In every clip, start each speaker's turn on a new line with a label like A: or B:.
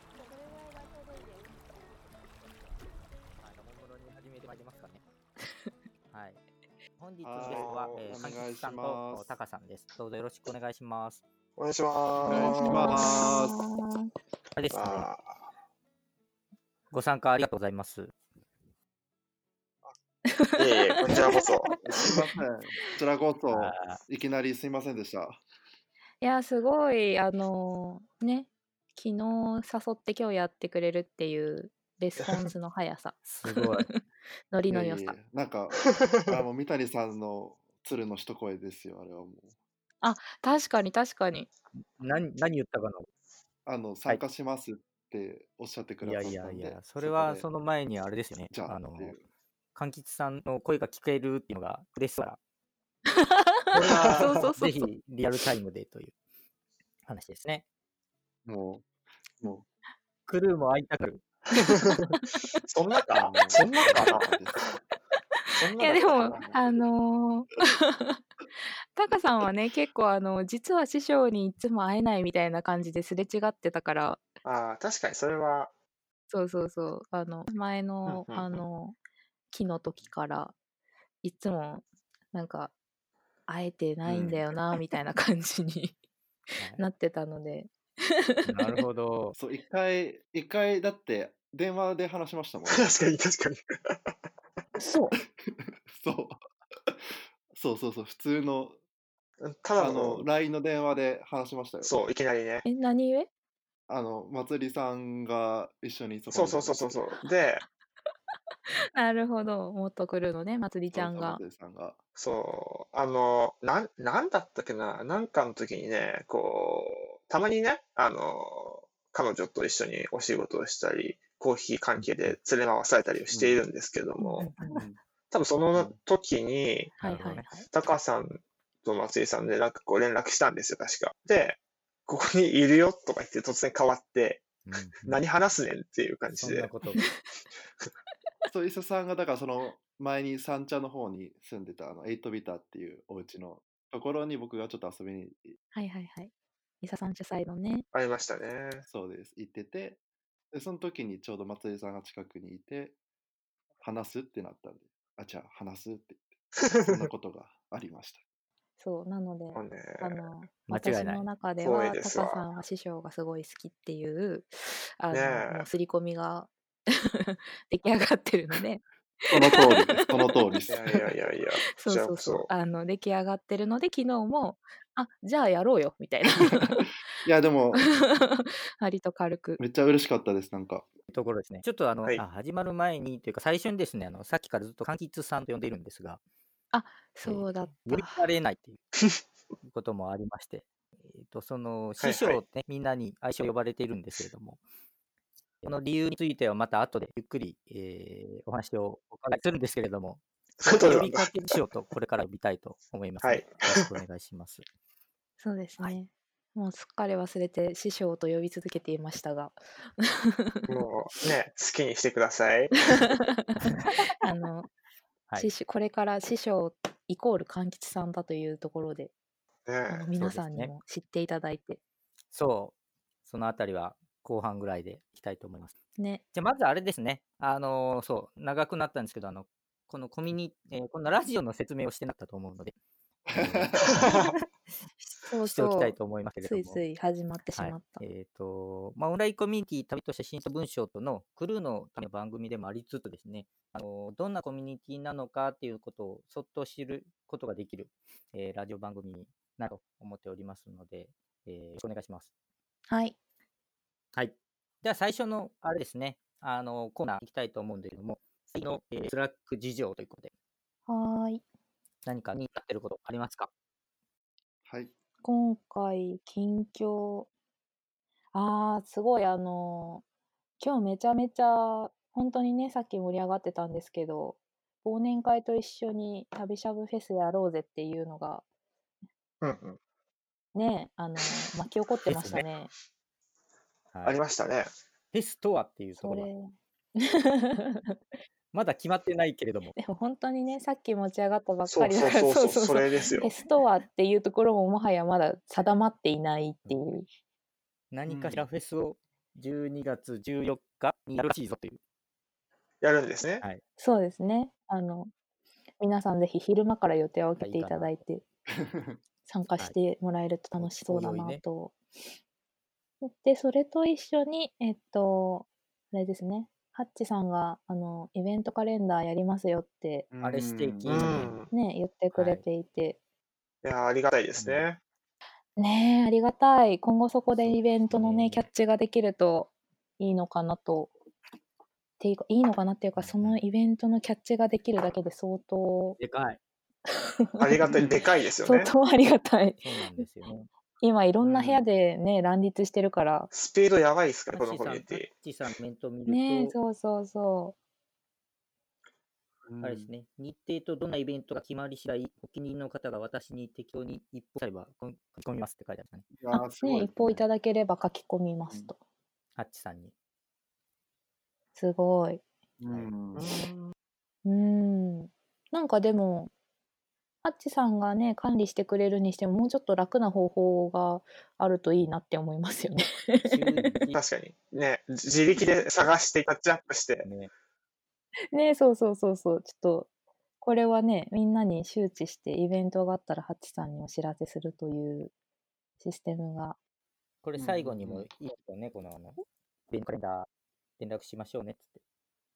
A: 本日のゲストは、えー、かんきつさんとたかさんです。どうぞよろしくお願いします。
B: お願いします。
C: お願いします
A: あれですね、
B: あ
A: ご参加ありがとうございます。
B: ーいえいえ、こちらこそ。
C: すいません。こちらこそ
A: あ、
C: いきなりすいませんでした。
D: いやすごいあのーね昨日誘って今日やってくれるっていうレスポンスの速さ
A: すごい。
D: ノリの良
C: い
D: さ
C: やいやなんか、あもう三谷さんの鶴の一声ですよ、あれはもう。
D: 確かに確かに
A: 何何言ったか
C: あの、参加しますっておっしゃってく
A: のい
C: だ
A: や
C: さったん
A: い
C: で。
A: やいや、それは
C: こで
A: その前にあれですよね。
C: じゃあ、
A: あ
C: の
A: の、かんきつさんの声が聞けるっていうのが嬉しそうだから。これ
D: そう
A: は
D: そうそうそう
A: ぜひリアルタイムでという話ですね。
C: もう、も
A: クルーも会いたくる。
B: そんな
C: う、
B: か、そんなかな。そん
D: い
B: な
D: やで
B: だっ
D: も
B: たかな
D: あのー タカさんはね結構あの実は師匠にいつも会えないみたいな感じですれ違ってたから
B: あー確かにそれは、
D: そうそうそうあの前の
B: うんうんうん
D: あの木の時からいつもなんか会えてないんだよな、みたいな感じに なってたので
A: はいなるほど。
C: そう、一回、一回、だって、電話で話しま したもん。
B: 確かに確かに。
D: そう
C: そう。そうそうそう、普通の、
B: た
C: あ
B: だ
C: の
B: の、、
C: LINE の電話で話しましたよ。
B: そう、いきなりね。
D: え何故
C: あの、まつりさんが一緒にそ
B: そうそうそうそう
C: う。
B: そう。で、
D: なるほど。もっと来るのね、まつりちゃんが
C: そう。。まつりさんが。
B: そう、あの、なん、なんだったっけな、なんかの時にね、こう、たまにね、あの、彼女と一緒にお仕事をしたり、コーヒー関係で連れ回されたりをしているんですけども、
C: うん
B: 多分その時に、
D: はい
A: なるほ
D: は
A: ど
D: いは
A: ね
D: い。
B: タカさんと松井さんでなんかこう連絡したんですよ、確か。で、ここにいるよとか言って突然変わって、
A: うん
B: 何話すねんっていう感じ
A: そんな
B: で。
A: ことが。
C: そう、伊勢さんが、だからその前に三茶の方に住んでた、あの、エイトビターっていうお家のところに僕がちょっと遊びに、
D: はいはいはい。伊佐さん主催のね。
B: ありましたね。
C: そうです、行ってて、で、その時にちょうど松井さんが近くにいて、話すってなったんで、あ、じゃあ話すって 言って、そんなことがありました。
D: そう、なので、
B: もうね、
D: あの、
A: 間違い
D: 私
A: ない
D: の中で
B: 光栄
D: は、タ
B: で
D: カ
B: す
D: さ
B: わ
D: んは師匠がすごい好きっていう、あ
B: ねえ
D: の、もう刷り込みが 出来上がってるので、
C: その通りです、その通りで
B: い
C: す。
B: やいやいやいや、
D: そう
B: じゃあ
D: そうそう
B: そ、う
D: あの、出来上がってるので、昨日も、あ、じゃあやろうよ、みたいな。
C: いや、でも、
D: 割と 軽く。
C: めっちゃ嬉しかったです、なんか。
A: ところですね。ちょっとあの、
B: はい
A: あ始まる前にというか、最初にですね、あのさっきからずっと柑橘さんと呼んでいるんですが、
D: そうだっ
A: 呼び
D: た。
A: られないっていうこともありまして、えっとその
B: はい
A: 師匠って、みんなに愛称呼ばれているんですけれども、この理由についてはまた後でゆっくり、えーお話をお伺いするんですけれども、
B: こと
A: 呼
B: では
A: びかけ師匠とこれから呼びたいと思います、
B: は
A: はいい。よろしくお願いします。
D: そうですね。
A: はい
D: もうすっかり忘れて師匠と呼び続けていましたが、
B: もうね、好きにしてください。
D: あの、
A: はい
D: 師匠これから師匠イコール柑橘さんだというところで、あの
B: ね、
D: 皆
A: です
D: さんに
A: ね
D: も知っていただいて、
A: そう、そのあたりは後半ぐらいでいきたいと思います。
D: ね、
A: じゃあまずあれですね、あのーそう、長くなったんですけど、あの、このコミュニ、えーこのラジオの説明をしてなかったと思うので、あの
D: そう
A: しておき
D: そ、
A: たいうと思いますけれど
D: つ
A: も。
D: いつい始まってしまった。
A: はい、えっ、と、まあ、オンラインコミュニティ旅として新書文章とのクルーのための番組でもありつつですね、あのどんなコミュニティなのかっていうことをそっと知ることができる、えーラジオ番組になると思っておりますので、えーよろしくお願いします。
D: はい、
A: はい。では最初の、あれですね、あのコーナー行きたいと思うんですけども、次の、えースラック事情ということで、
D: はーい。
A: 何か気になってることありますか
C: はい。
D: 今回、近況。あー、すごい、あの今日めちゃめちゃ、本当にね、さっき盛り上がってたんですけど、忘年会と一緒に旅しゃぶフェスやろうぜっていうのが、
B: うんうん、
D: ね、あの、巻き起こってました
A: です
D: ね。
B: あり
A: はい
B: ましたね。
A: フェスとはっていうと
D: そ
A: ころが、
D: れ。
A: まだ決まってないけれども、
D: でも本当にね、さっき持ち上がったばっ
B: そ
D: か
B: う
D: り
B: そう
D: だから、
B: そうそう、それです
D: フ
B: よ
D: ェ。スとはっていうところももはやまだ定まっていないっていう。
A: 何かし
C: う
A: ら
C: ん
A: フェスを12月14日にやるらしいぞという。
B: やるんですね。
A: はい
D: そうですね。あの、皆さんぜひ昼間から予定を空けて
A: いい
D: い
A: かな
D: ただいて参加してもらえると楽しそうだ
A: おおい
D: な
A: ね
D: と。で、それと一緒に、えっと、あれですね、ハッチさんがあのイベントカレンダーやりますよって、
A: あれ素敵いい
B: う
A: ね
B: ん。
D: ね、言ってくれていて、
B: いやー、ありがたいですね。
D: ねえ、ありがたい。今後そこでイベントの
A: そう
D: ね、
A: で
D: キ
A: すね
D: ャッチができるといいのかなと。っていうか、いいのかなっていうか、
A: うんうん
D: そのイベントのキャッチができるだけで相当、
A: でかい。
B: ありがたい、でかいですよ
D: 相
B: ね。
D: 当ありがたい。
A: そうなんですよね。
D: 今いろんな部
B: う
D: 屋
B: ん
D: でね、乱立してるから。
B: スピードやばいですか
A: ハ
B: ら、こ
A: ッ
B: の
A: チ
B: コ
A: さん、ハ
B: ミュニ
A: ッ
B: テ
A: チさんの面倒見ると、
D: ねえ、そうそうそ。
A: あれですね、日程とどんなイベントが決まり次第、お気に入りの方が私に適当に一歩さればこん書き込みますって書いてあったね。
C: いうや
D: あ
C: ー、すご
D: ね
C: い
D: え、
C: です
D: 一報いた
C: ね
D: だければ書き込みますと。
A: ハッチさん に。
D: すごい。
C: うん
B: ィ。うん
D: うん。なんかでも、ハッチさんがね、管理してくれるにしても、もうちょっと楽な方法があるといいなって思いますよ ね。
A: 週一
B: 確かに。ね、じ自力で探して、タッチアップして。
A: ね、
D: ねそうそうそうそう。ちょっと、これはね、みんなに周知して、イベントがあったら、ハッチさんにお知らせするというシステムが。
A: これ
C: うん
A: 最後に
C: うんう
A: も
C: ん
A: いいよね、このあの、イベントカレンダー、連絡しましょうねっつって。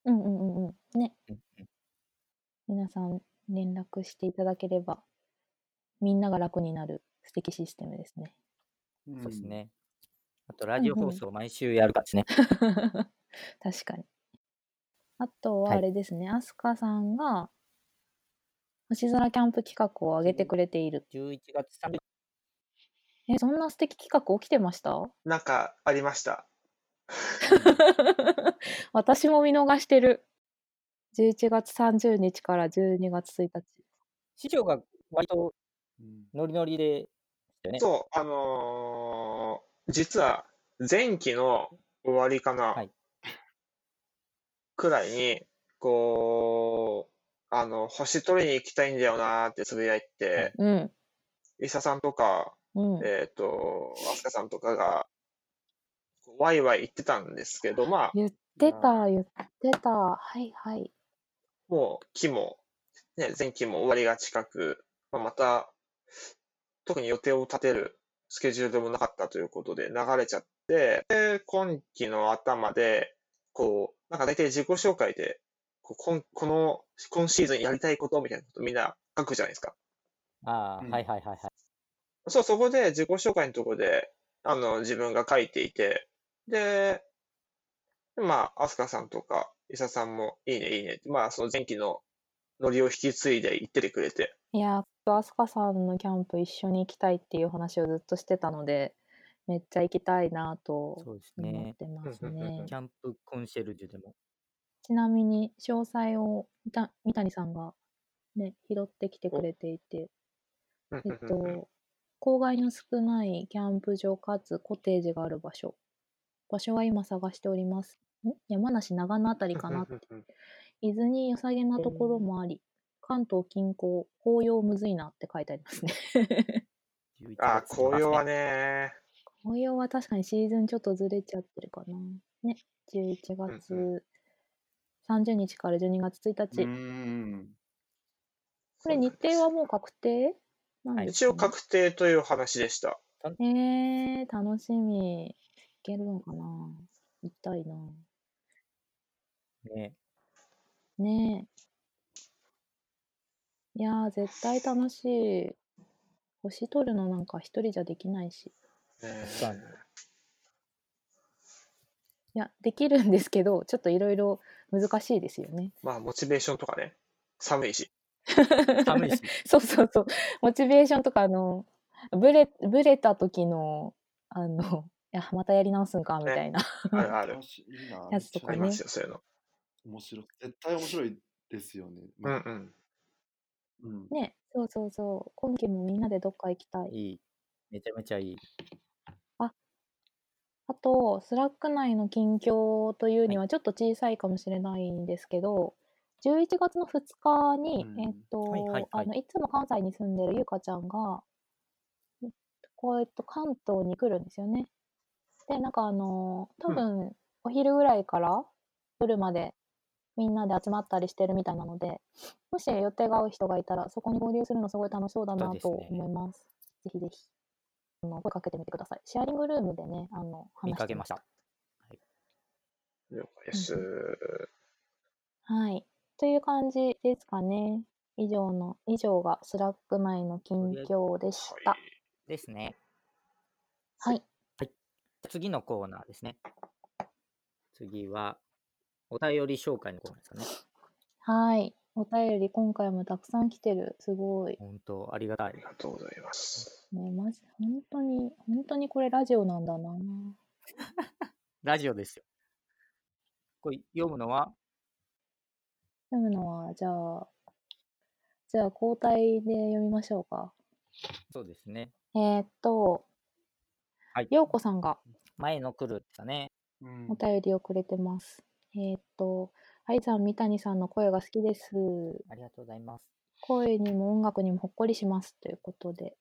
D: うんうんうんうん。ね、
A: うんうん
D: 皆さん連絡していただければ、みんなが楽になる素敵システムですね。
A: そうです。
C: ん
A: ね。あと、ラジオ
D: うんうん
A: 放送を毎週やるからですね。
D: 確かに。あとは
A: はい
D: あれですね、アスカさんが星空キャンプ企画を上げてくれている。
A: 11月30日、
D: え、そんな素敵企画起きてました
B: なんか、ありました。
D: 私も見逃してる。11月30日から12月1日。
A: 師匠が割と
C: うん
A: ノリノリで、ね
B: そう、あのー実は、前期の終わりかな、
A: はい
B: くらいに、こう、あの、星取りに行きたいんだよなーってつぶやいて、
D: うん、
B: 伊佐さんとか、
D: うん。
B: えっ、と、飛鳥さんとかが、ワイワイ言ってたんですけど、まあ、
D: 言ってた、言ってた。はいはい。
B: もう期も、ね、前期も終わりが近く、まあ、また、特に予定を立てるスケジュールもなかったということで流れちゃって、で、今期の頭で、こう、なんか大体自己紹介で、こうこんこの、今シーズンやりたいことみたいなことみんな書くじゃないですか。
A: ああ、
C: うん
A: はいはいはいはい。
B: そう、そこで自己紹介のところで、あの、自分が書いていて、で、まあ、アスカさんとか、伊佐さんも、いいね、いいねって、まあ、その前期のノリを引き継いで言っててくれて、
D: いやー、アスカさんのキャンプ一緒に行きたいっていう話をずっとしてたので、めっちゃ行きたいなと
A: そうです
D: 思
A: ね
D: っ。てます
B: うんうんうんう
D: ね
B: ん。
A: キャンプコンシェルジュでも。
D: ちなみに詳細を三谷三谷さんが、ね、拾ってきてくれていて、
B: うん
D: え
B: うん
D: っ
B: うんうん
D: と、公害の少ないキャンプ場かつコテージがある場所。場所は今探しております。ん山梨長野あたりかな。
B: うんうん
D: 伊豆に良さげなところもあり、関東近郊、紅葉むずいなって書いてありますね。
A: 11
B: あー、
A: 月の
B: 紅葉は
A: ね。
B: ね、
D: 紅葉は確かにシーズンちょっとずれちゃってるかな。ね、11月30日から12月1日。
C: うん。
D: これ日程はもう確定なんです
B: 一応
D: かね
B: 確定という話でした。
D: えー、楽しみ。いけるのかな行きたいな。
A: ね
D: ねえ。いやー、絶対楽しい。星取るのなんか一人じゃできないし。
B: ね
A: 確かに
D: いや、できるんですけど、ちょっといろいろ難しいですよね。
B: まあ、モチベーションとかね、寒いし。
A: 寒いし。
D: そうそうそう。モチベーションとか、あの、ブレ、ブレた時の、あの、いや、またやり直すんか、みたいな。
B: あるある
C: 楽。しいいな。
D: やつと
B: あ
D: か
B: り
D: ね
B: ますよ、そういうの。
C: 面白い。絶対面白いですよね。
B: うんう
C: まあ
B: ん。
C: うん。
D: ね、そうそうそう。今期もみんなでどっか行きたい。
A: いい。めちゃめちゃいい。
D: あと、スラック内の近況というにはちょっと小さいかもしれないんですけど、11月の2日に、
C: うん
D: えっと、
A: はいはいはい
D: あの、いつも関西に住んでるゆうかちゃんが、えっとこうえっと、関東に来るんですよね。で、なんかあの、多分、お昼ぐらいから夜までみんなで集まったりしてるみたいなので、もし予定が合う人がいたら、そこに合流するのすごい楽しそうだ
A: そう
D: な
A: です
D: と
A: ね
D: 思います。ぜひぜひ、あの、声かけてみてください。シェアリングルームでね、あの、
A: 見
D: 話
A: か
D: し
A: け
D: て
A: ました。
B: 了解です。
D: はい。という感じですかね。以上の、以上がスラック内の近況でした
B: は。い。
A: ですね。
D: はい。
A: 次のコーナーですね。次は、お便り紹介のコーナーですかね。
D: はい。お便り今回もたくさん来てる。すごい。
A: 本当、ありがたい
B: あり。がとうございます。
D: ね、まじ、本当に、本当にこれラジオなんだな。
A: ラジオですよ。これ、読むのは、
D: 読むのは、じゃあ、じゃあ交代で読みましょうか。
A: そうですね。
D: えーっと、
A: はい
D: ようこさんが
A: 前の来るですかね。
C: うん
D: お便りをくれてます。えーっと、愛さん、三谷さんの声が好きです。
A: ありがとうございます。
D: 声にも音楽にもほっこりしますということで、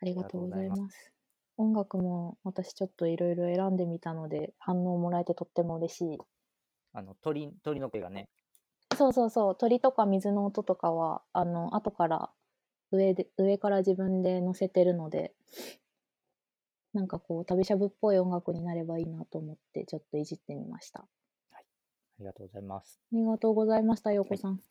D: ありがとうございます。音楽も私ちょっといろいろ選んでみたので、反応もらえてとっても嬉しい。
A: あの、鳥、鳥の声がね、
D: そうそうそう、鳥とか水の音とかは、あの、後から上で、上から自分で乗せてるので、なんかこう、旅しゃぶっぽい音楽になればいいなと思って、ちょっといじってみました。あ
A: ありがとうございます。
D: りがとうございました、ようこさん。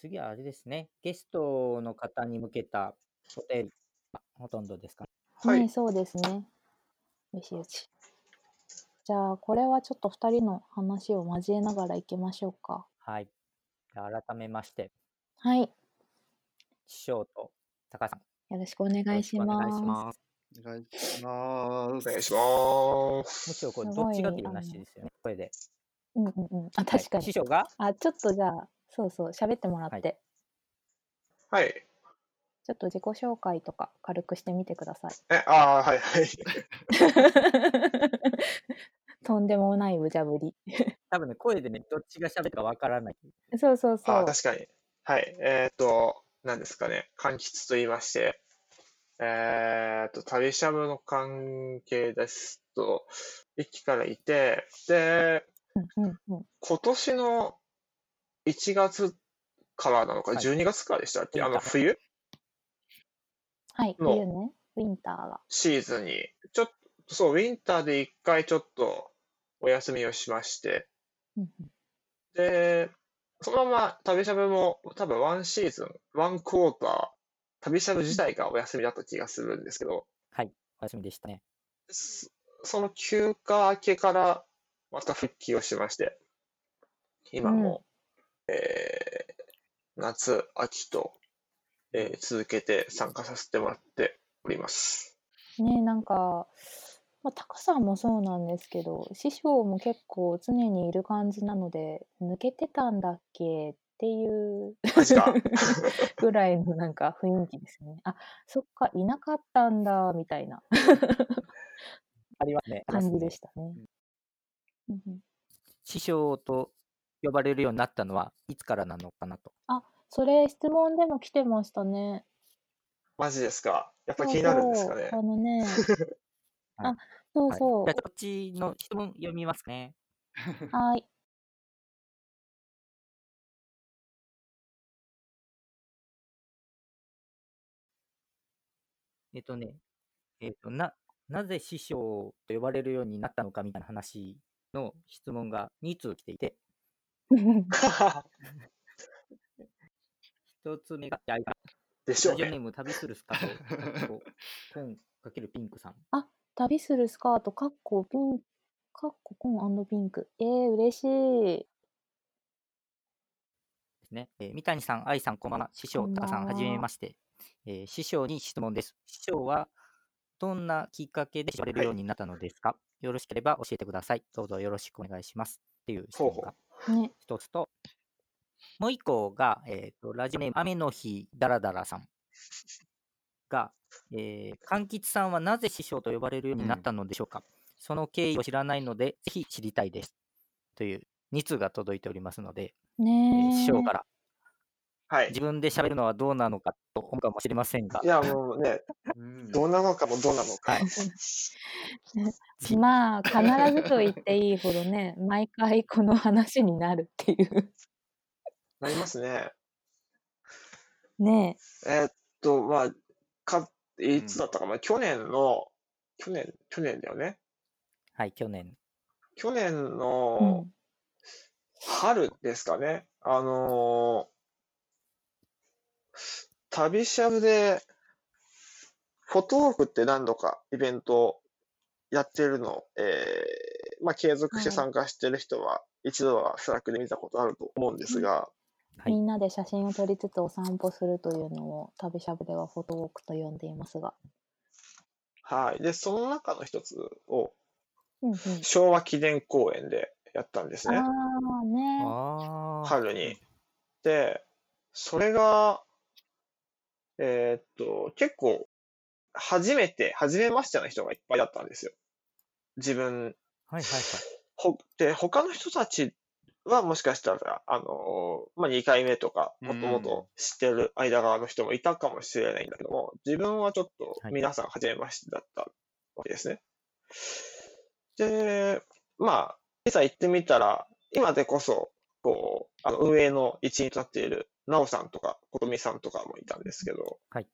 A: 次はあれですね。ゲストの方に向けたお便り、あほとんどですかね。
B: はい。
D: ね、そうですね。よしよし。じゃあ、これはちょっと2人の話を交えながらいきましょうか。
A: はい。じゃあ改めまして、
D: はい。よ
A: 師匠と高橋さん、
D: ろしくお願
A: よろ
D: い
A: し
D: し
A: くお願いしま
D: ます。
A: す。
C: お願いしま
B: お
C: す。
B: 願いします。
A: むしろこれ、
D: す
A: ど
D: ご
A: っ
D: い
A: ちがという
D: あの
A: 話ですよね、これで。
D: うんうんうん。あ、
A: はい
D: 確か
A: 師
D: に。
A: 匠が、
D: あ、ちょっとじゃあ、そうそう、喋ってもらって、
A: はい
B: はい。
D: ちょっと自己紹介とか軽くしてみてください。
B: え、ああ、はいはい。
D: とんでもない無茶ぶり。
A: 多分ね、声でね、どっちが喋ったかわからない。
D: そうそうそ
B: ああ、
D: う。
B: 確かに。はい。えっ、と、何ですかね。柑橘と言いまして、えっ、と、旅しゃぶの関係ですと、駅からいて、で、
D: うんうんうん。
B: 今年の1月からなのか、
A: はい
B: 12月からでしたっけ、
A: ウィンタ
B: あ
A: ー
B: の、冬
D: はい、
B: の
D: 冬ね。ウィンターが。
B: シーズンに、ちょっと、そう、ウィンターで一回ちょっとお休みをしまして、
D: うんうん
B: で、そのまま旅しゃぶも多分ワンシーズン、ワンクォーター、旅しゃぶ自体がお休みだった気がするんですけど、
A: はい、お休みでしたね。
B: そその休暇明けからまた復帰をしまして、今も、えー夏、秋と、えー続けて参加させてもらっております。
D: ねなんか、まあ、タカさんもそうなんですけど師匠も結構常にいる感じなので抜けてたんだっけっていう
B: マジ か
D: ぐらいのなんか雰囲気ですねあそっかいなかったんだみたいな
A: ありますね。ありま
D: 感
A: す
D: じ
A: ね
D: でしたね。うんうん
A: 師匠と呼ばれるようになったのは、いつからなのかなと。
D: あそれ質問でも来てましたね。
B: マジですかやっぱ
D: そう
B: 気になるんですかね
D: そうあの ね
A: はい
D: あそうそう、
A: はいじゃあこっちの質問読みますね。
D: はい。
A: えっとね、えっと、な、なぜ師匠と呼ばれるようになったのかみたいな話の質問が2通来ていて、1つ目が、ラ
B: でし
A: ジ
B: ょ
A: オ
B: う
A: ネ
B: ね。
A: ーム旅するスカート、かっこコンかけるピンクさん。
D: 旅するスカート、かっこピンク、かっこコンピンク。えー、嬉しい。
A: ですね。えー三谷さん、愛さん、こんばんは。師匠、
D: こんば
A: 高
D: んは
A: さん、はじめまして、えー師匠に質問です。師匠は、どんなきっかけで知られるようになったのですか、よろしければ教えてください。どうぞよろしくお願いします。っていう質
B: ほう
A: 問
B: ほ
A: が
B: う。
D: ね。
A: 一つと、もう一個が、えーと、ラジオネーム、雨の日だらだらさんが、えー、柑橘さんはなぜ師匠と呼ばれるようになったのでしょうか、その経緯を知らないので、ぜひ知りたいです。という2通が届いておりますので、えー
D: ねえ。
A: 師匠から
B: はい。
A: 自分で喋るのはどうなのかと思うかもしれませんが
B: い、や、もうね、
C: うん
B: どうなのかもどうなのか。
A: はいじ
D: まあ、必ずと言っていいほど ね、毎回この話になるっていう。
B: なりますね。
D: ね
B: えーっと、まあ、か、いつだったかな、去年の、去年、去年だよね。
A: はい、去年。
B: 去年
D: え。
B: の春ですかね。あのー旅しゃぶで、フォトークって何度かイベントをやってるのを、えーまあ、継続して
D: はい
B: 参加してる人は、一度はスラックで見たことあると思うんですが、
A: は
D: み
A: い。
D: んなで写真を撮りつつお散歩するというのを旅しゃぶではフォトウォークと呼んでいますが。
B: はい。で、その中の一つを、
D: うんうん。
B: 昭和記念公園でやったんですね。
D: ああね。
A: ああ。
B: 春に。で、それが、えーっと、結構、初めて、初めましての人がいっぱいだったんですよ。自分、
A: はいはいはい。
B: ほ、で、他の人たちはもしかしたら、あのーまあ、2回目とか、もともと知ってる間側の人もいたかもしれないんだけども、自分はちょっと
A: はい
B: 皆さん初めましてだったわけですね。で、まあ、いざ行ってみたら、今でこそ、こう、あの、運営の一員となっている、なおさんとか、ことみさんとかもいたんですけど、
A: はい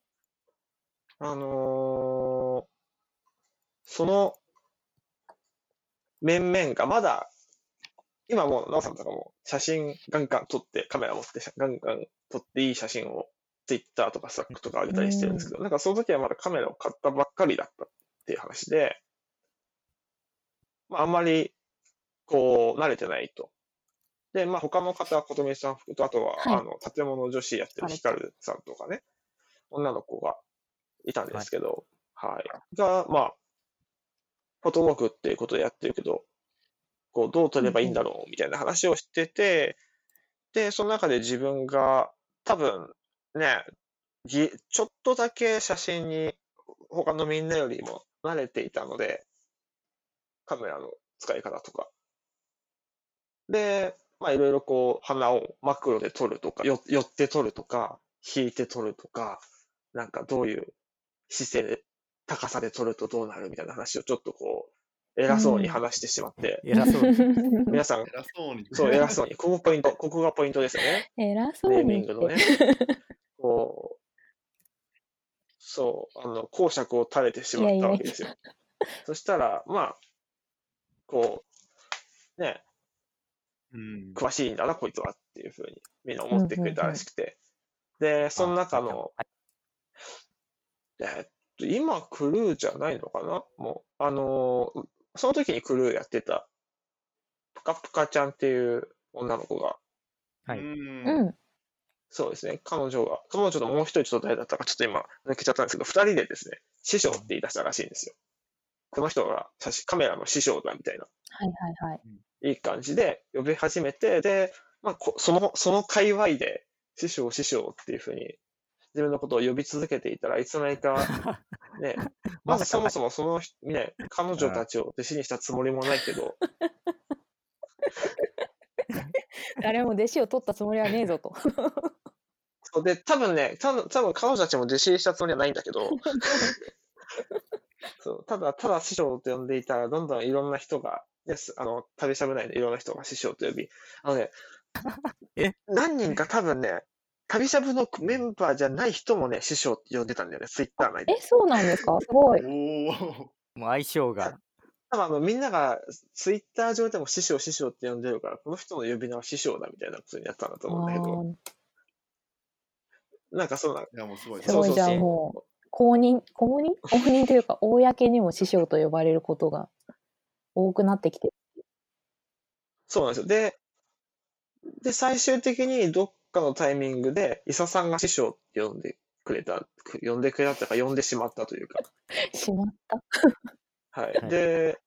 B: あのーその面々がまだ、今もう、なおさんとかも写真ガンガン撮って、カメラ持って、ガンガン撮っていい写真を、ツイッターとかスラックとか上げたりしてるんですけど、なんかその時はまだカメラを買ったばっかりだったっていう話で、まあ、あんまり、こう、慣れてないと。で、まあ、他の方、琴美さんと、あとは、
D: はい
B: あの、建物女子やってるヒカルさんとかね、女の子がいたんですけど、はい。が、まあ、フォトウォークっていうことでやってるけど、こう、どう撮ればいいんだろうみたいな話をしてて、で、その中で自分が、多分、ね、ぎちょっとだけ写真に他のみんなよりも慣れていたので、カメラの使い方とか。で、まあいろいろこう、花をマクロで撮るとか、よ寄って撮るとか、引いて撮るとか、なんかどういう姿勢で、高さで撮るとどうなるみたいな話をちょっとこう、偉そうに話してしまって、
A: 偉そうに。
B: 皆さん、
C: 偉そうに。
B: そう偉そうに、ここポイント、ここがポイントですよね。
D: 偉そ
B: ネ
D: う
B: ーミン
D: に
B: グ
D: っ
B: のね
D: て。。
B: こう、そう、あの、講釈を垂れてしまったわけですよ。そしたら、まあ、こう、ね、
C: うん。
B: 詳しいんだな、こいつはっていうふうにみんな思ってくれたらしくて。で、その中の、
A: あ。
B: えーっと、今、クルーじゃないのかなもう、あのーその時にクルーやってた、ぷかぷかちゃんっていう女の子が、
A: はい
C: うん。
D: うん。
B: そうですね、彼女が、彼女ともう一人ちょっと誰だったかちょっと今抜けちゃったんですけど、二人でですね、師匠って言い出したらしいんですよ。この人が写真カメラの師匠だみたいな、
D: はいはいはい。
B: いい感じで呼び始めて、で、まあ、こその、その界隈で、師匠、師匠っていうふうに、自分のことを呼び続けていたらいつの間にか、ね、まずそもそもその人、ね、彼女たちを弟子にしたつもりもないけど、
D: 誰も弟子を取ったつもりはねえぞと。
B: そうで、多分ね、多分、多分彼女たちも弟子にしたつもりはないんだけ ど、そうただ、ただ師匠と呼んでいたら、どんどんいろんな人が、ですあの、旅しゃぶ内でいろんな人が師匠と呼び、あのね
A: え、
B: 何人か多分ね、旅しゃぶのメンバーじゃない人もね、師匠って呼んでたんだよね、ツイッター内で
D: え、。そうなんですかすご い。
C: おお。
A: もう相性が。
B: 多分あの、みんながツイッター上でも師匠、師匠って呼んでるから、この人の呼び名は師匠だみたいなことになったんだと思うんだけど、
D: あ
B: なんかそうなん
C: いや、もうすごい。
D: ーす
B: そう
D: ご
B: そう
D: いじゃ
B: そ
D: あ
B: う
D: もう、公認、公認公認というか、公にも師匠と呼ばれることが多くなってきてる。
B: そうなんですよ。で、で、最終的にどっかのタイミングで、伊佐さんが師匠って呼んでくれた、く呼んでくれたというか、呼んでしまったというか。
D: しまった。
B: はい。
A: はい
B: で、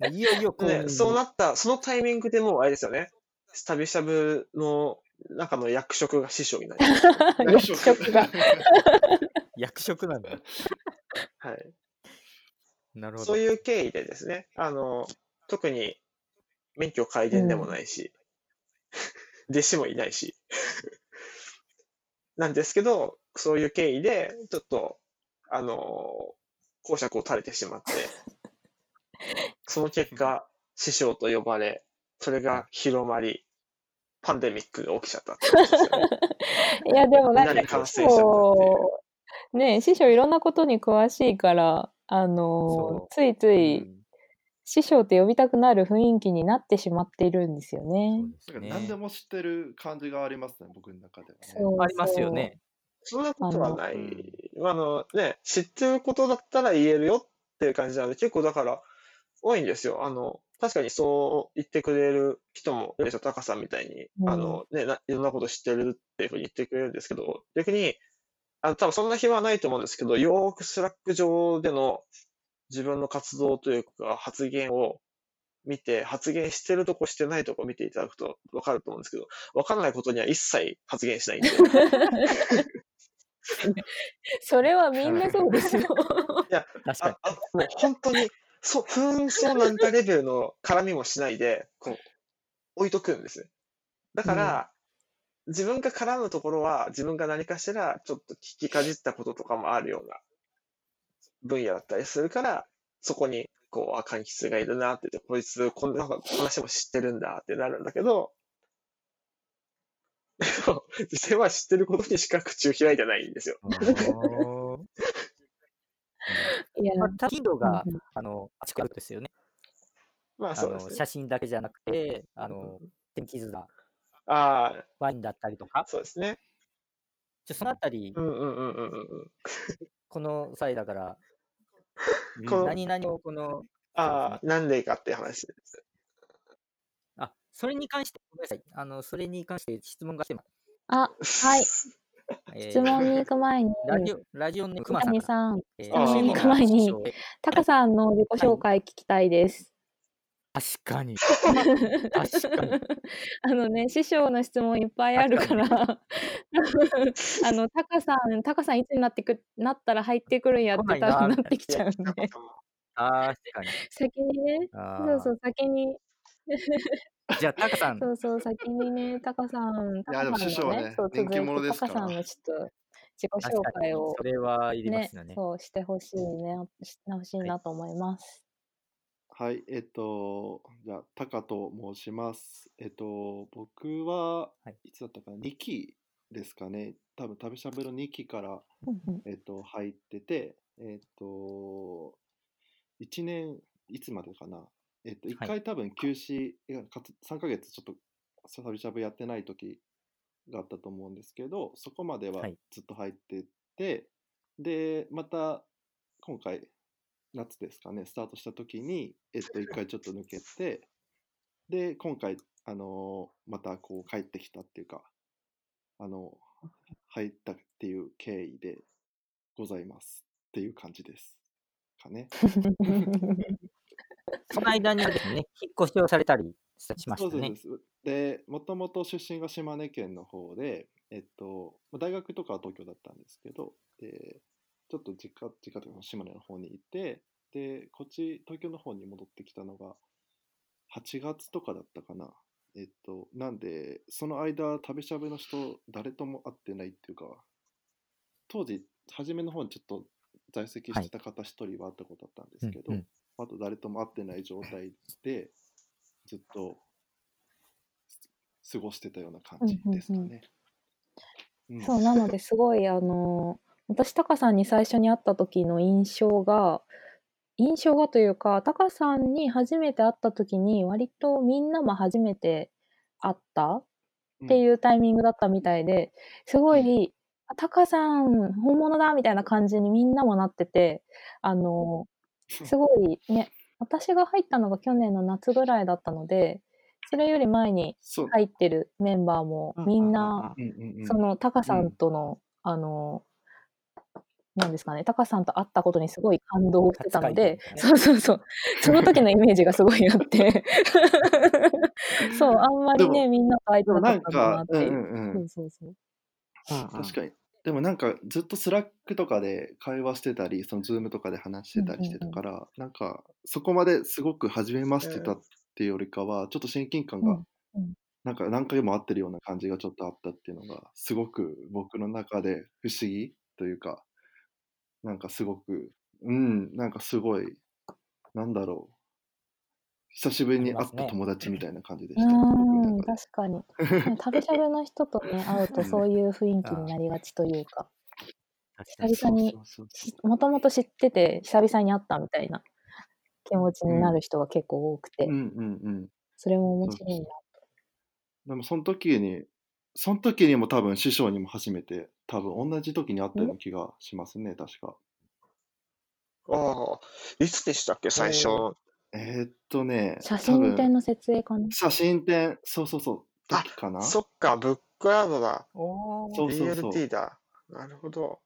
A: もういよいよこ
B: ね、そうなった、そのタイミングでもうあれですよね。旅しゃぶの中の役職が師匠になりました。
D: 役職 が。
A: 役職なんだ。
B: はい。
A: なるほど。
B: そういう経緯でですね、あの、特に免許改善でもないし、弟子もいないし、なんですけど、そういう経緯で、ちょっと、あの、講釈を垂れてしまって、その結果、師匠と呼ばれ、それが広まり、パンデミックが起きちゃったってことですよね。
D: いやでもなん
B: みんなに
D: か
B: 感
D: 師
B: 染しちゃったっていう
D: 匠ねえ師匠いろんなことに詳しいからあの
A: そ
D: ついつ
C: う
D: い
C: ん
D: 師匠って呼びたくなる雰囲気になってしまっているんですよ
A: そ
D: ね
A: う。で
C: だ
A: す
C: から
A: ね。
C: 何でも知ってる感じがありますね、僕の中ではね。
D: そう
A: ありますよね。
B: そんなことはな
C: あ
B: い。あのね、知ってることだったら言えるよっていう感じなんで、結構だから多いんですよ。あの、確かにそう言ってくれる人もいるでしょ、高さんみたいに。
D: うん
B: あの、ね、ないろんなこと知ってるっていうふうに言ってくれるんですけど、逆に、あの、多分そんな暇はないと思うんですけど、よーくスラック上での自分の活動というか発言を見て、発言してるとこしてないとこ見ていただくと分かると思うんですけど、分かんないことには一切発言し ないんで。
D: それはみんなそうですよ。
A: 確かに
B: あ、あ、もう本当に、そう、ふーん、そうなんだレベルの絡みもしないで、こう、置いとくんですね。だから、自分が絡むところは、自分が何かしら、ちょっと聞きかじったこととかもあるような分野だったりするから、そこに、こう、あ、柑橘がいるなって言って、こいつ、こんな話も知ってるんだってなるんだけど、 でも実際は知ってることにしか口を開いてないんですよ。
C: あー
D: いや
A: まあ、ただ頻度
D: うん
A: が、
D: うん
A: あの、あちこちですよね。
B: まあ
A: あ
B: そうです
A: の、
B: ね。
A: 写真だけじゃなくて、あの、天気図だ、
B: あ
A: ワインだったりとか、
B: あ、そうですね。
A: ちょそのあたり
B: う、んうんうんうんうんうん。
A: この際だから、
C: うん
B: この
A: 何々をこの、
B: ああ、なんでかっていう話。
A: あ、それに関して、ごめんなさい。あの、それに関して質問が来てます。
D: あ、はい。
A: えー
D: 質問に行く前に、
A: ラジオ、ラジオネーム熊
D: 北
A: さん
D: 見
A: から。えー
D: さん、質問に行く前に、タカさんの自己紹介聞きたいです。
A: 確かに。確かに。
D: あのね、師匠の質問いっぱいある から、あの、タカさん、タカさんいつになってく、なったら入ってくるんやって
A: 来
D: 多
A: ないな
D: 分
A: みた
D: な
A: い
D: っ
A: な
D: てきちゃうん
B: い や
D: で、
A: 確かに。
D: 先にね、そうそ
A: あ
D: う、先に、
A: ーじゃあ、タカさん、
D: そうそう、先にね、タカさん、タ
C: や
D: カ
C: でも
D: さん
C: 師匠
D: の
C: は
D: ね
C: ね、
D: そう、
C: 人気
D: 続い
C: 者
D: て
C: で
D: タ
C: すか
D: カ
C: ら
D: さんのちょっと自己
A: 確
D: 紹
A: かに
D: 介を
A: それはいりま
D: ね
A: すよね。
D: そうしてほしいね、してほしい
A: はい
D: なと思います。
C: はい、えっと、じゃあ、タカと申します。えっと、僕は
A: はい
C: いつだったかな、2期ですかね。多分、旅しゃべの2期から、
D: うんうん
C: えっと、入ってて、えっと、1年、いつまでかな。えっと、1回多分休止、いやかつ3ヶ月ちょっと、旅しゃべやってない時があったと思うんですけど、そこまでは
A: はい
C: ずっと入ってて、で、また、今回、夏ですかね、スタートした時に、えっと、一回ちょっと抜けて、で、今回、あのーまたこう帰ってきたっていうか、あの入ったっていう経緯でございますっていう感じですかね。
A: その間にはですね、引っ越しをされたりしま
C: そ
A: した
C: うそうで
A: ね。
C: す。で、もともと出身が島根県の方で、えっと、まあ大学とかは東京だったんですけど、で、ちょっと実家、実家というか島根の方にいて、で、こっち、東京の方に戻ってきたのが、8月とかだったかな。えっと、なんで、その間、食べしゃべの人、誰とも会ってないっていうか、当時、初めの方にちょっと在籍してた方一人は会ったことあったんですけど、
A: うんうん
C: あと誰とも会ってない状態で、ずっと過ごしてたような感じですかね。うん
D: そうなのですごいあの私タカさんに最初に会った時の印象が印象がというかタカさんに初めて会った時に割とみんなも初めて会ったっていうタイミングだったみたいですごい、あタカさん本物だみたいな感じにみんなもなっててあのすごいね私が入ったのが去年の夏ぐらいだったのでそれより前に
C: そう。
D: 入ってるメンバーもみんな、
C: うんうんうん
D: そのタカさんとの、あの、なんですかね、タカさんと会ったことにすごい感動してたので、
A: 初
D: そうそうそう、その時のイメージがすごい あって、そう、あんまり
C: で
D: ね、みんなと会い
C: で
D: た
C: も
D: か
C: な
D: っ
C: ん
D: たんだな
C: か
D: っ、
C: うん
D: ていうう。
C: んうん
D: そうそうそう。
C: 確かに。でもなんかずっとスラックとかで会話してたり、そのズームとかで話してたりしてたから、なんかそこまですごく初めましてたっていうよりかは、ちょっと親近感が、
D: うんうん
C: なんか何回も合ってるような感じがちょっとあったっていうのが、すごく僕の中で不思議というか、なんかすごく、うん、なんかすごい、なんだろ久しぶりに
A: あり
C: 会
A: ま
C: っ
A: すね
C: た友達みたいな感じで
D: う
C: した。僕の
D: ー
C: 中
D: ん、
C: で
D: 確かに。でも旅しゃぶの人とね、会うとそういう雰囲気になりがちというか、
A: 確かに。
D: 久々に
C: そうそうそう
D: し、もともと知ってて、久々に会ったみたいな気持ちになる人が結構多くて、
C: うんうんうん。
D: それも面白いな。
C: でもその時に、その時にも多分師匠にも初めて、多分同じ時に会ったような気がしますね、確か。
B: ああ、いつでしたっけ、最初。
C: えーっとね、
D: 写
C: 多
D: 真
C: 分
D: 展の設 営かな。
C: 写真展、そうそうそう、
B: あ
C: 時かな
B: そっか、ブックアードだ。
A: お
C: そ
A: ー
C: うそうそう。
B: DLT だ。なるほど。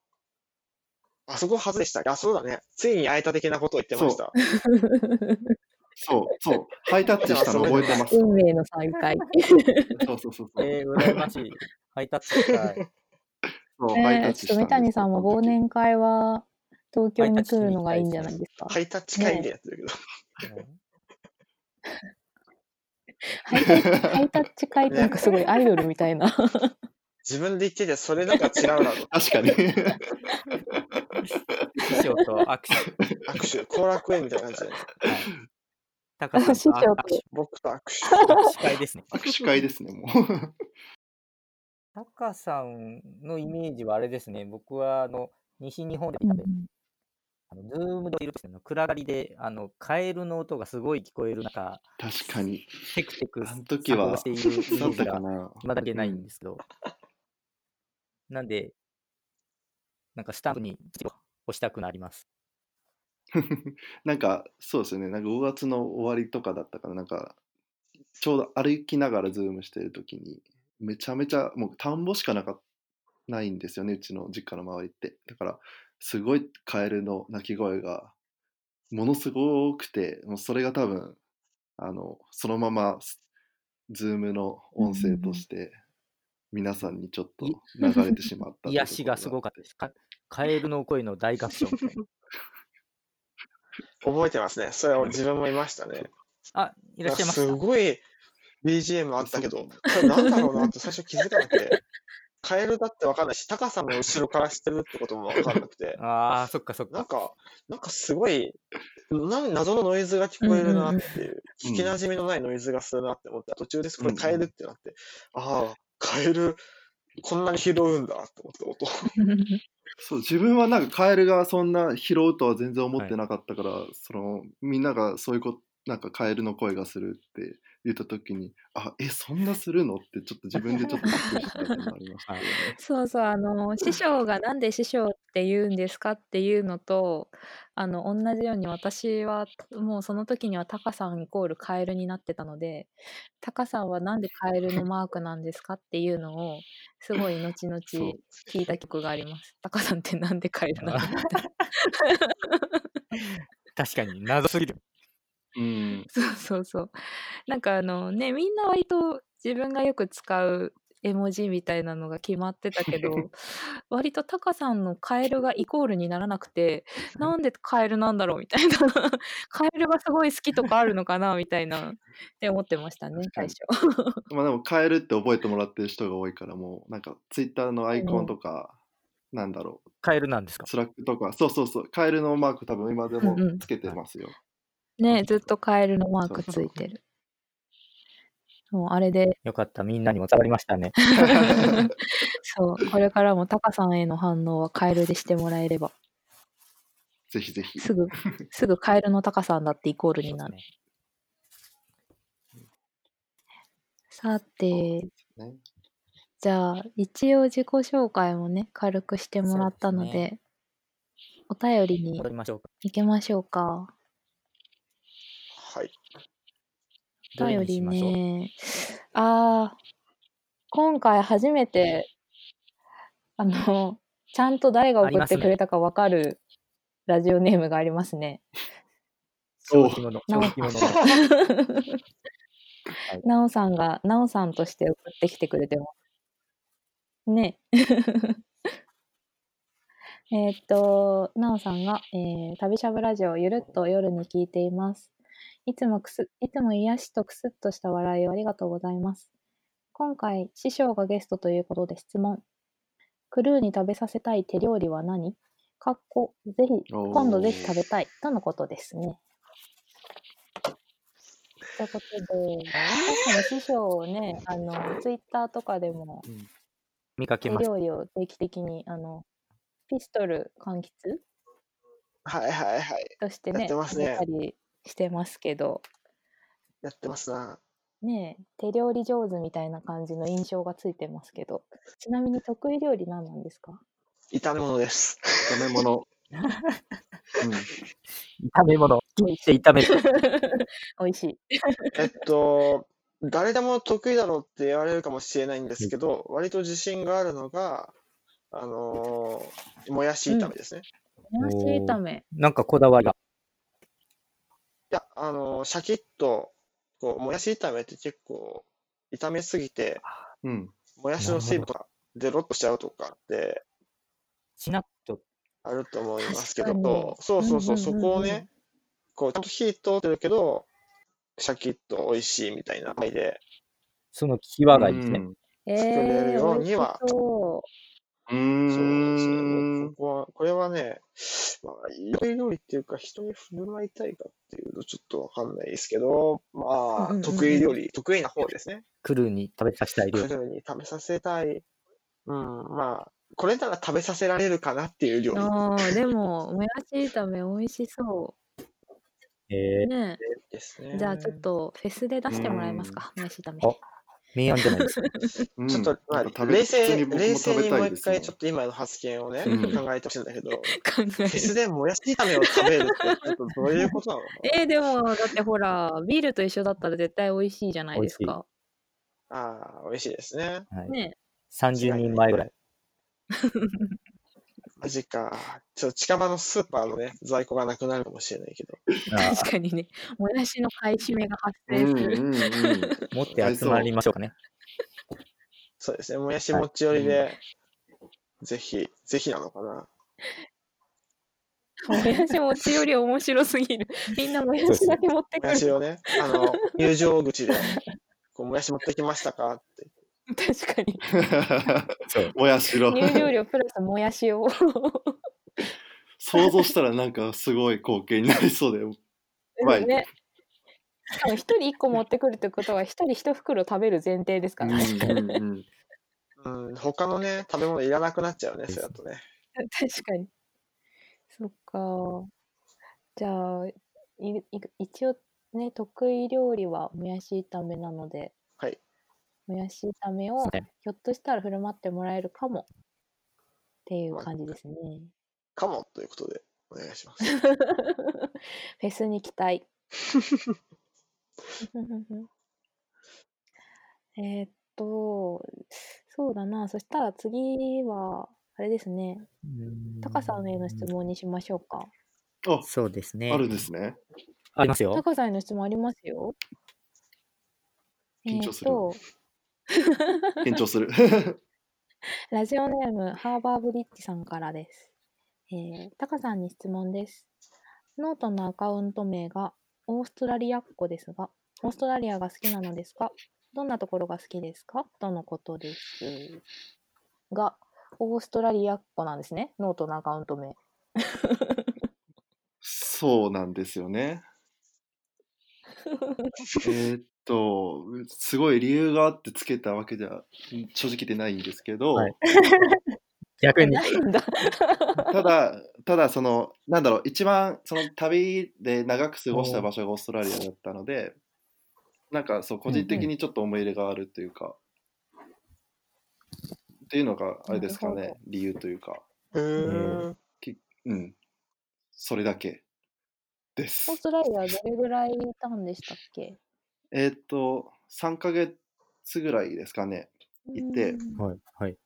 B: あそこはずでしたっけあ、そうだね。ついに会えた的なことを言ってました。
C: そう、そう、ハイタッチしたの覚えてます。
D: 運命の再会。
C: そうそうそうそう。
A: えー、羨ま しい。ハイタッチしたい。
C: そうハイタ
D: ね
C: ッ
D: え、
C: チ
D: ち
C: し
D: ょ
C: た
D: っ
C: んです
D: と三谷さんも
C: その
D: 忘
C: 時
D: 年会は東京に来るのがいいんじゃないですか。
B: ハイタッチ会議でやってるけど。
A: うん
D: ハイタッチ、ハイタッチ会ってなんかすごいアイドルみたいな。
B: 自分で言ってて、それなんか違うなと。
C: 確かに。
A: 師 匠と握手。
B: 握手、後楽園みたいな感じで。
A: はい。タカさんと
D: 師匠
A: 握
D: と
B: 僕と握手。
A: 手握手会ですね。
C: 握手会ですね、もう。
A: タカさんのイメージはあれですね。僕は、あの、西日本で
D: うん
A: 食べ、あのズームでいるとですね、暗がりで、あの、カエルの音がすごい聞こえる中、
C: 確かに。
A: テクテク、
C: あの時は
A: しているイメ
C: だっ
A: ージ
C: た か
A: が、
C: な。
A: まだ出ないん
C: うん
A: ですけど、なんで、なんかスタンプに押したくなります。
C: なんか、そうですよね。なんか5月の終わりとかだったかな。なんか、ちょうど歩きながらズームしてる時に、めちゃめちゃ、もう田んぼしかなかないんですよね、うちの実家の周りって。だから、すごいカエルの鳴き声が、ものすごくて、もうそれが多分、あの、そのまま、ズームの音声として、皆さんにちょっと流れてしまったという
A: 癒
C: ところ
A: しがすごかったです。かカエルの声の大合唱みたいな。
B: 覚えてますね。それを自分もいましたね。
A: あ、いらっしゃいまし
B: す
A: た。
B: ごい BGM あったけど、これなんだろうなって最初気づかなく て、カエルだってわかんないし、高さんの後ろからしてるってこともわかんなくて、
A: ああ、そっかそっ
B: なん
A: か。
B: か、なんかすごい、な謎のノイズが聞こえるなって
C: う
B: いう、
C: んうん
B: 聞き馴染みのないノイズがするなって思って、途中でこれカエルってなって、ああ、カエル、こんなに拾うんだって思って音。
C: そう自分はなんかカエルがそんな拾うとは全然思ってなかったから、そのみんながそういうことなんかカエルの声がするって言った時にあえそんなするのってちょっと自分でちょっとびっくりしたのもありましたけどね。
D: そうそう、あの、師匠がなんで師匠って言うんですかっていうのと、あの、同じように私は、もうその時にはタカさんイコールカエルになってたので、タカさんはなんでカエルのマークなんですかっていうのを、すごい後々
C: そう
D: 聞いた曲があります。タカさんってなんでカエルなの
A: あ
D: みたいな。
A: 確かに、謎すぎる。
C: うん
D: そうそうそう。 なんかあのね、みんな割と自分がよく使う絵文字みたいなのが決まってたけ ど、割とタカさんのカエルがイコールにならなく て、なんでカエルなんだろうみたいな。 カエルがすごい好きとかあるのかなみたいなって思ってましたね、
C: 確か
D: 最
C: に
D: 初。
C: まあ、でもカエルって覚えてもらってる人が多いからもうなんかツイッターのアイコンとか、なんだろう
A: カエルなんですか
C: スラックとかそうそうそうカエルのマーク多分今でも
D: うんうん
C: つけてますよ。
D: ね、ずっとカエルのマー
C: そう
D: ク
C: そう
D: ついてる。もうあれで、
A: よかった。みんなにも伝わりましたね。
D: そう、これからもタカさんへの反応はカエルでしてもらえれば、
C: ぜひぜひ。
D: すぐ、すぐカエルのタカさんだってイコールになる。さて、
C: ね
D: じゃあ一応自己紹介もね軽くしてもらったので
A: そうで
D: お便りに
A: 戻りましょうか。
D: 行きましょうか
B: はい。
D: お
A: どれ
D: 便
A: に
D: り
A: しましょう
D: ねあー今回初めてあのちゃんと誰が
A: あり
D: 送
A: ま
D: っ
A: す
D: て
A: ね
D: くれたかわかるラジオネームがありますね
C: お
A: 正気者。
D: なお
A: 正気者の。
D: なおさんがなおさんとして送ってきてくれてますね えーっと、なおさんが、えー旅しゃぶラジオ、ゆるっと夜に聞いています。いつもくす、いつも癒しとくすっとした笑いをありがとうございます。今回、師匠がゲストということで質問。クルーに食べさせたい手料理は何かっこ、ぜひ、
C: おー
D: 今度ぜひ食べたい、とのことですね。ということで、確かに師匠をね、あの、ツイッターとかでも、
A: 見かけ
D: 手
A: ます。
D: 料理を定期的に、あの、ピストル柑橘
B: はいはいはい。
D: として
B: やっ
D: ね、
B: てます
D: 食べ
B: ね
D: たりしてますけど、
B: やってますな。
D: ねえ、手料理上手みたいな感じの印象がついてますけど、ちなみに得意料理何なんですか
B: 炒め物です。
C: 炒め物。うん。
A: 炒め物。切 って炒める。
D: 美味しい。
B: えっと、誰でも得意だろうって言われるかもしれないんですけど、割と自信があるのが、あのーもやし炒めですね。い
D: もやし炒め。
A: なんかこだわりが。
B: や、あのーシャキッと、こう、もやし炒めって結構、炒めすぎて、
C: うん。
B: もやしの水分とか、デロッとしちゃうとかって
A: しなっと。
B: あると思いますけ
D: 確かに
B: ど、そうそうそう、
D: うんうん
B: そ
D: うんうん
B: こをね、こう、ちゃんと火通ってるけど、シャキッと美味しいみたいな味で
A: その際がいいですね。
D: え
B: 作れる
D: え
B: よう
D: ー、美味
B: に
D: し
B: は
D: そう。
C: う
B: そうですね。
C: ん。
B: もうここは、これはね、まあ、いろいろっていうか、人に振る舞いたいかっていうとちょっとわかんないですけど、
D: うんうん
B: ま
D: うんう
B: あ、
D: ん
B: 得意料理、得意な方ですね。
A: クルーに食べさせたい料
B: 彼
A: 理。
B: 女に食べさせたい。うん、まあ、これなら食べさせられるかなっていう料理。
D: ああ、でも、もやし炒め美味しそ
A: え
D: う。
A: ー、
D: ね
B: ですね。
D: え。じゃあちょっ、とフェスで出してもらえますか、もやし炒 め。
A: あ明暗じゃないですか。
C: うん
B: ちょっと、まあ
C: なんか、食べ
B: 冷
C: 普通に
B: 静、
C: 僕
B: 冷
C: も食
B: 静
C: べ
B: に
C: た
B: もう
C: いで
B: 一
C: すね
B: 回ちょっと今の発言をね、
C: うん
B: 考えてほしいんだ けど、
D: 考
B: フェ
D: え
B: ス
D: る。
B: でもやし炒めを食べるってちょっとどういうことなのかな
D: えー、でも、だってほら、ビールと一緒だったら絶対美味しいじゃないですか。
B: ああ、美味しいですね。
A: はい、
D: ね
A: 30人前ぐらい。
B: マジか。ちょっと近場のスーパーのね、在庫がなくなるかもしれないけど。
A: あ
D: 確かにね、もやしの買い占めが発
C: う
D: 生す
C: ん
D: る。
C: うんうん。
A: ー持って集まりましょうかね。
B: そうですね。もやし持ち寄りで、ぜひ、ぜひなのかな。
D: もやし持ちより面白すぎる。みんなもやしだけ持って
B: も
D: く
B: やし
D: る。
B: をね、あ の、入場口で、こう、もやし持ってきましたかって。
D: 確か に。
A: そう。
C: もやしろ。
D: 入場料プラスもやしを。
C: 想像したらなんかすごい光景になりそうだよ。怖い。
D: ね。しかも一人一個持ってくるってことは、一人一袋食べる前提です
C: う
D: か
C: ん
D: らね。
C: うんうん。
B: うん、他のね、食べ物いらなくなっちゃうね、それだとね。
D: 確かに。そっか。じゃあ、いい一応ね、得意料理はもやし炒めなので、
B: はい。
D: もやし炒めをひょっとしたら振る舞ってもらえるかもっていう感 じですね。
B: かも、ということで、お願いします。
D: フェスに期待。 えーっと、そうだな。そしたら次は、あれですね。タカさんへの質問にしましょうか。
C: あ、
A: そうですね。
C: あるんですね。
A: あります
D: タ
A: よ。
D: カさんへの質問ありますよ。
C: 緊張する
D: えーっと、
C: 緊張する。
D: ラジオネームハーバーブリッジさんからです。えー、タカさんに質問です。ノートのアカウント名がオーストラリアっ子ですが、オーストラリアが好きなのですかどんなところが好きですかとのことです。が、オーストラリアっ子なんですね。ノートのアカウント名。
C: そうなんですよね。えーっと、すごい理由があってつけたわけじゃ正直でないんですけど、
A: はい逆に。
D: ないんだ。
C: ただ、ただその、なんだろう、一番その旅で長く過ごした場所がオーストラリアだったので、なんかそう、個人的にちょっと思い入れがあるというか、っていうのがあれですか
D: なる
C: ね、理由というか、
B: う
A: ー
B: ーん。
C: うん、それだけで
D: オース
C: す。
D: トラリアどれぐらいいたんでしたっけ
C: えーっと、3ヶ月ぐらいですかね。いて
D: うん
A: はい。はい。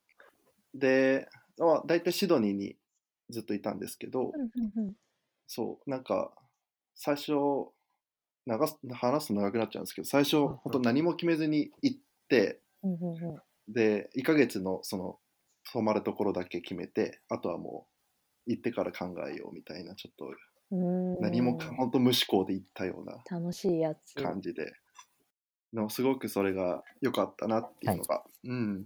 C: で、まあ、大体シドニーにずっといたんですけど、
D: うんうんうん
C: そう、なんか、最初、長す話すと長くなっちゃうんですけど、最初、本当何も決めずに行って、
D: うんうんうん
C: で、1ヶ月のその、泊まるところだけ決めて、あとはもう、行ってから考えようみたいな、ちょっと、
D: うーん
C: 何もか、本当無思考で行ったような
D: 楽しいやつ。
C: 感じで、でもすごくそれが良かったなっていうのが、うん、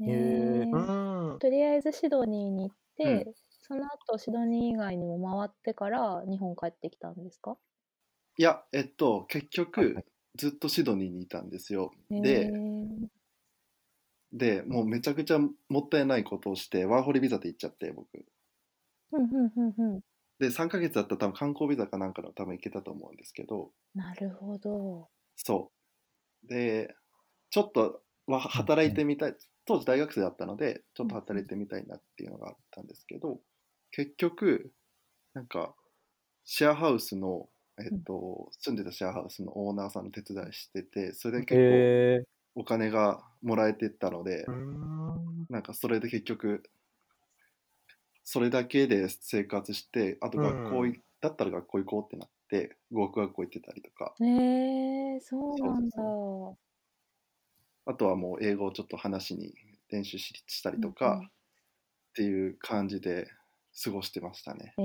A: へ
D: ね
A: ー
D: え
B: うーん。
D: とりあえずシドニーに行って、
C: う
D: その後シドニー以外にも回ってから日本帰ってきたんですか
C: いや、えっと、結局、
A: はいはい
C: ずっとシドニーにいたんですよ。
D: へ
C: で
D: ー
C: でもうめちゃくちゃもったいないことをしてワーホリビザで行っちゃって僕。
D: うんうんうんうん。
C: で3ヶ月だったら多分観光ビザかなんかの多分行けたと思うんですけど
D: なるほど。
C: そうでちょっとは働いてみたい当時大学生だったのでちょっと働いてみたいなっていうのがあったんですけど結局なんかシェアハウスの、えっと、住んでたシェアハウスのオーナーさんの手伝いしててそれで結構
E: え
C: お金がもらえてったので、
B: うん
C: なんかそれで結局それだけで生活してあと学校い、
B: うん
C: だったら学校行こうってなって語学学校行ってたりとか
D: へえそう
C: そう
D: なん
C: で
D: だ
C: す。あとはもう英語をちょっと話しに練習ししたりと
D: うんうん
C: かっていう感じで過ごしてましたね。
E: ー
D: へ
E: う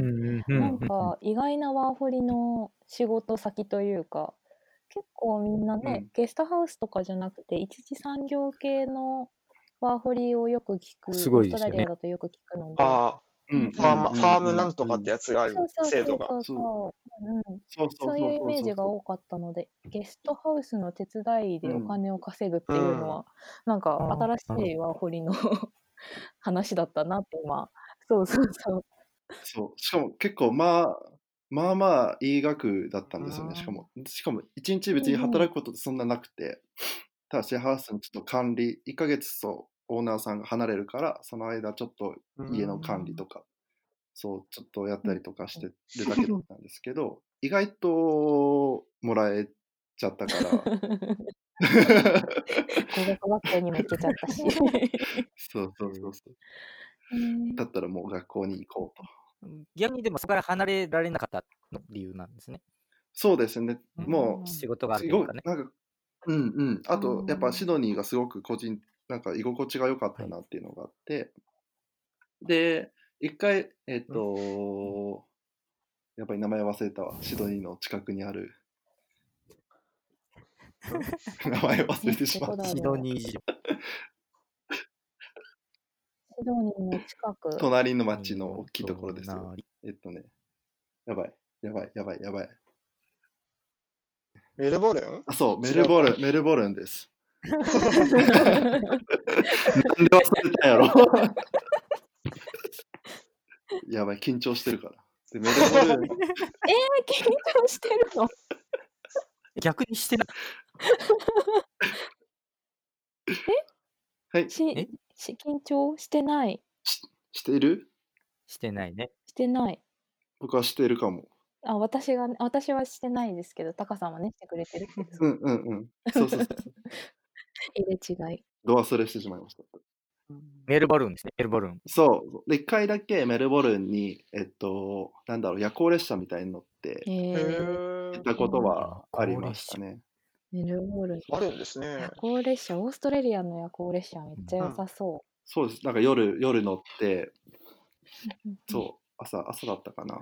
E: んうん
D: なん
E: うん
D: か意外なワーホリの仕事先というか、結構みんなね、
C: うん
D: ゲストハウスとかじゃなくて、一次産業系のワーホリをよく聞く、
E: す
D: オ
E: ご
D: ー
E: い
D: ス
E: で
D: ト
E: すよ
D: ラ
E: ね
D: リアだとよく聞くので、
B: あ
C: うんうん
B: あ、ファーマ
C: う
B: ファームなんとかって
C: うん
B: やつがある
D: そう、そう
B: 制度
D: そう
B: が。
D: そうそう、うんうん、
C: そうそ
D: そう
C: そ
D: ういううイメー
C: そう
D: ジが
C: そ
D: 多かったので、ゲストハウスの手伝いでお
C: うん
D: 金を稼ぐっていうのは、なんか
E: あーなる
D: 新
E: ほ
D: しいワーホリの話だったなって今、そうそう そう。
C: うそうしかも結構まあまあまあいい額だったんですよねしかもしかも一日別に働くことってそんななくてただシェアハウスのちょっと管理1ヶ月そうオーナーさんが離れるからその間ちょっと家の管理とかそう、ちょっとやったりとかしてるだけだったんですけど、意外ともらえちゃったから、
D: 語学学校にも行けちゃった し。
C: そうそうそうそう。
D: うん
C: だったらもう学校に行こうと。
A: 逆にでもそこから離れられなかったの理由なんですね。
C: そうですね、もう、
A: 仕事があるとい
C: すご
A: う
C: い
A: かね。
C: なんか、うんうん。あと、やっ
D: う
C: ぱ
D: ん
C: シドニーがすごく個人、なんか居心地が良かったなっていうのがあって、で、一回、えっと、やっぱり名前忘れたわ。シドニーの近くにあ る、名前忘れてしまった。
D: どこだろう
A: シドニー人。
D: シドニーの近く。
C: 隣の町の大きいところですよ。
A: 隣
C: えっとね、やばい、やばい、やばい、やばい。
B: メルボルン
C: あ、そう、メ
B: 違う
C: ルボルン、メルボルンです。
D: う
C: なんで忘れたんやろ やばい、緊張してるから。でメルボルン、
D: ん緊張してるの。
A: 逆にしてない。
C: はい、
A: え
D: し、し、緊張してない。
C: してる
A: してないね。
D: してない。
C: 僕はしてるかも。
D: あ、私がね、私はしてないですけど、タカさんはね、してくれてるけど。
C: うんうんうん。 そうそうそう。
D: 入れ違い。
C: ド忘れしてしまいました。
A: メルボルンですね。メルボルン。
C: そう。で、一回だけメルボルンに、えっと、なんだろう、夜行列車みたいに乗って
D: え
B: へ
D: ー、
B: ー
C: 行ったことはありましたね。
D: メルボルン。
B: あるんですね
D: 夜。行列車、オーストラリアの夜行列車めっちゃ良さそ
C: そうです。なんか夜、夜乗って、
D: う。うん夜
C: そう、朝、朝だったかな。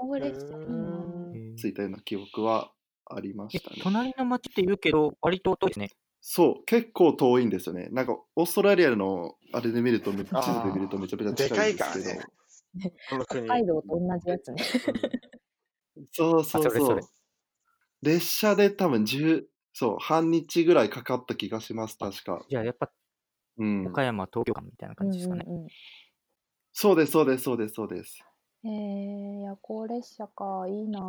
D: 行列車いいな。
B: へー
C: ついたような記憶はありま
A: え
C: したね。
A: 隣の町って言うけど、割と遠いですね。
C: そう、結構遠いんですよね。なんか、オーストラリアのあれで見ると、め地
B: あー
C: 図で見るとめちゃめちゃ近いんですけ
B: でかい
C: ど、
B: からねこの国。
D: 北海道と同じやつね。
C: そうそう
A: あそれ
C: そ
A: そうれ。
C: 列車で多分10、そう、半日ぐらいかかった気がします、確か。
A: じゃあ、やっぱ
C: うん。
A: 岡山、東京間みたいな
D: う
A: 感
D: ん
A: じですかね。
D: うんうん。
C: そうです、そうです、そうです、そうです。
D: えー、夜行列車か、いいなぁ。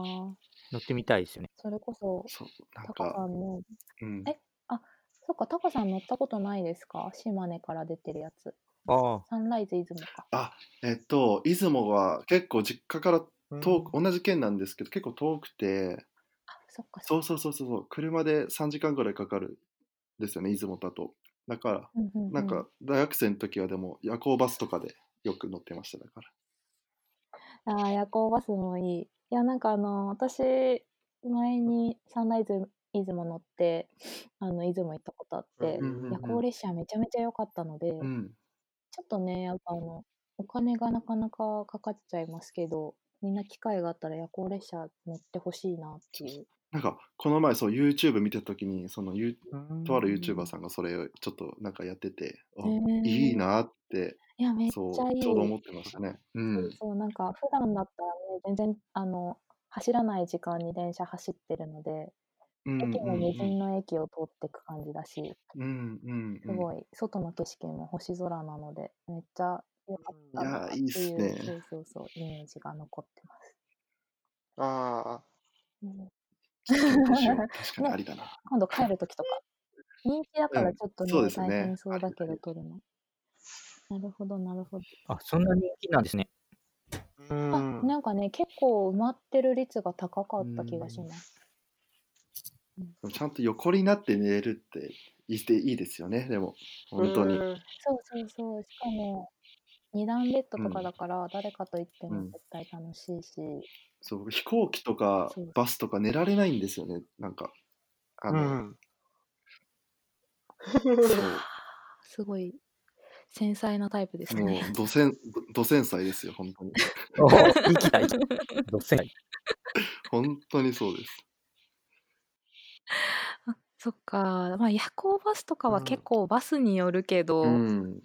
A: 乗ってみたいですよね。
D: それこそ、
C: そう、なん
D: タカ
C: か、
D: さんの、
C: うん。
D: えあ、そっか、タカさん乗ったことないですか島根から出てるやつ。
A: ああ。
D: サンライズ出雲か。
C: あ、えっと、出雲は結構実家から遠く、同じ県なんですけど、結構遠くて、
D: あ、そっか、そ
C: そ
D: っ
C: うそうそうそうそう、車で3時間ぐらいかかるんですよね、出雲だと。だから、
D: か。うんうんうん
C: なんか、大学生の時はでも夜行バスとかでよく乗ってましただから。
D: あー夜行バスもいい。いや、なんかあの、私、前にサンライズ出雲乗って、あの、出雲行ったことあって、
C: うんうんうん
D: 夜行列車めちゃめちゃ良かったので、
C: うん。
D: ちょっとね、やっぱあの、お金がなかなかかかっちゃいますけど、みんな機会があったら夜行列車乗ってほしいなっていう。
C: なんか、この前、そう、YouTube 見た時に、その、ゆとある YouTuber
B: ん。
C: さんがそれをちょっとなんかやってて、あ
D: へー
C: いいなって、
D: いや、めっち
C: そ
D: ゃ
C: う、
D: いい。
C: ちょうど思ってましたね。う。
D: そうんそう、なんか普段だったらね、全然、あの、走らない時間に電車走ってるので、
C: うん
D: 駅も無人
C: う
D: の駅を通っていく感じだし、
C: んうん
D: すごい外の景色も星空なので、めっちゃ良かったなっ
C: いやい
D: て
C: いっす
D: いう、
C: ね
D: そうそうそう、イメージが残ってます。
B: ああ、
D: うん
C: 検討し よう確かに
D: ね
C: ありだな、
D: 今度帰ると きとか。人気だから
C: うん
D: ちょっとね、
C: そうですね
D: 大変そうだけ
C: あ
D: ど
C: り
D: 撮るの。なるほど、なるほど。
A: あ、そんな人気なんですね。
B: う
D: あ、
B: ん。
D: なんかね、結構埋まってる率が高かった気がします。
C: でもちゃんと横になって寝れるっていいでいいですよねでも本当に、
B: うん
D: そうそうそう。しかも、二段ベッドとかだから、誰かと行って
C: う
D: も
C: ん
D: 絶対楽しいし、
C: そう僕飛行機とか
D: そう
C: バスとか寝られないんですよねなんかあ
B: う
C: の、
B: ん。
C: そう
D: すごい繊細なタイプです
C: もう
D: ね。
C: どせんどせんさいですよ本当に
A: おーいい機 体。どっせん
C: 本当にそうです
D: そっか、まあ夜行バスとかは
B: うん
D: 結構バスによるけど、
C: うん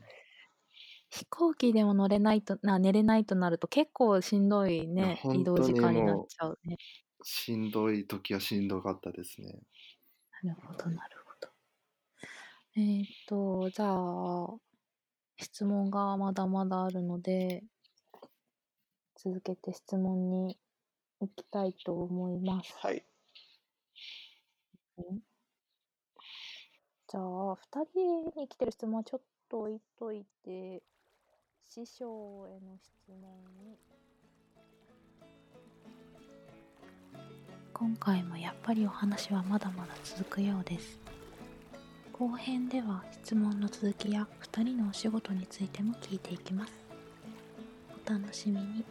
D: 飛行機でも乗れないとな寝れないとなると結構しんどい
C: いや
D: ね
C: 本当に
D: 移動時間になっちゃうね
C: しんどい時はしんどかったですね
D: なるほどなるほどえーっとじゃあ質問がまだまだあるので続けて質問に行きたいと思います
B: はい。
D: じゃあ2人に来てる質問はちょっと置いといて師匠への質問に今回もやっぱりお話はまだまだ続くようです後編では質問の続きや2人のお仕事についても聞いていきますお楽しみに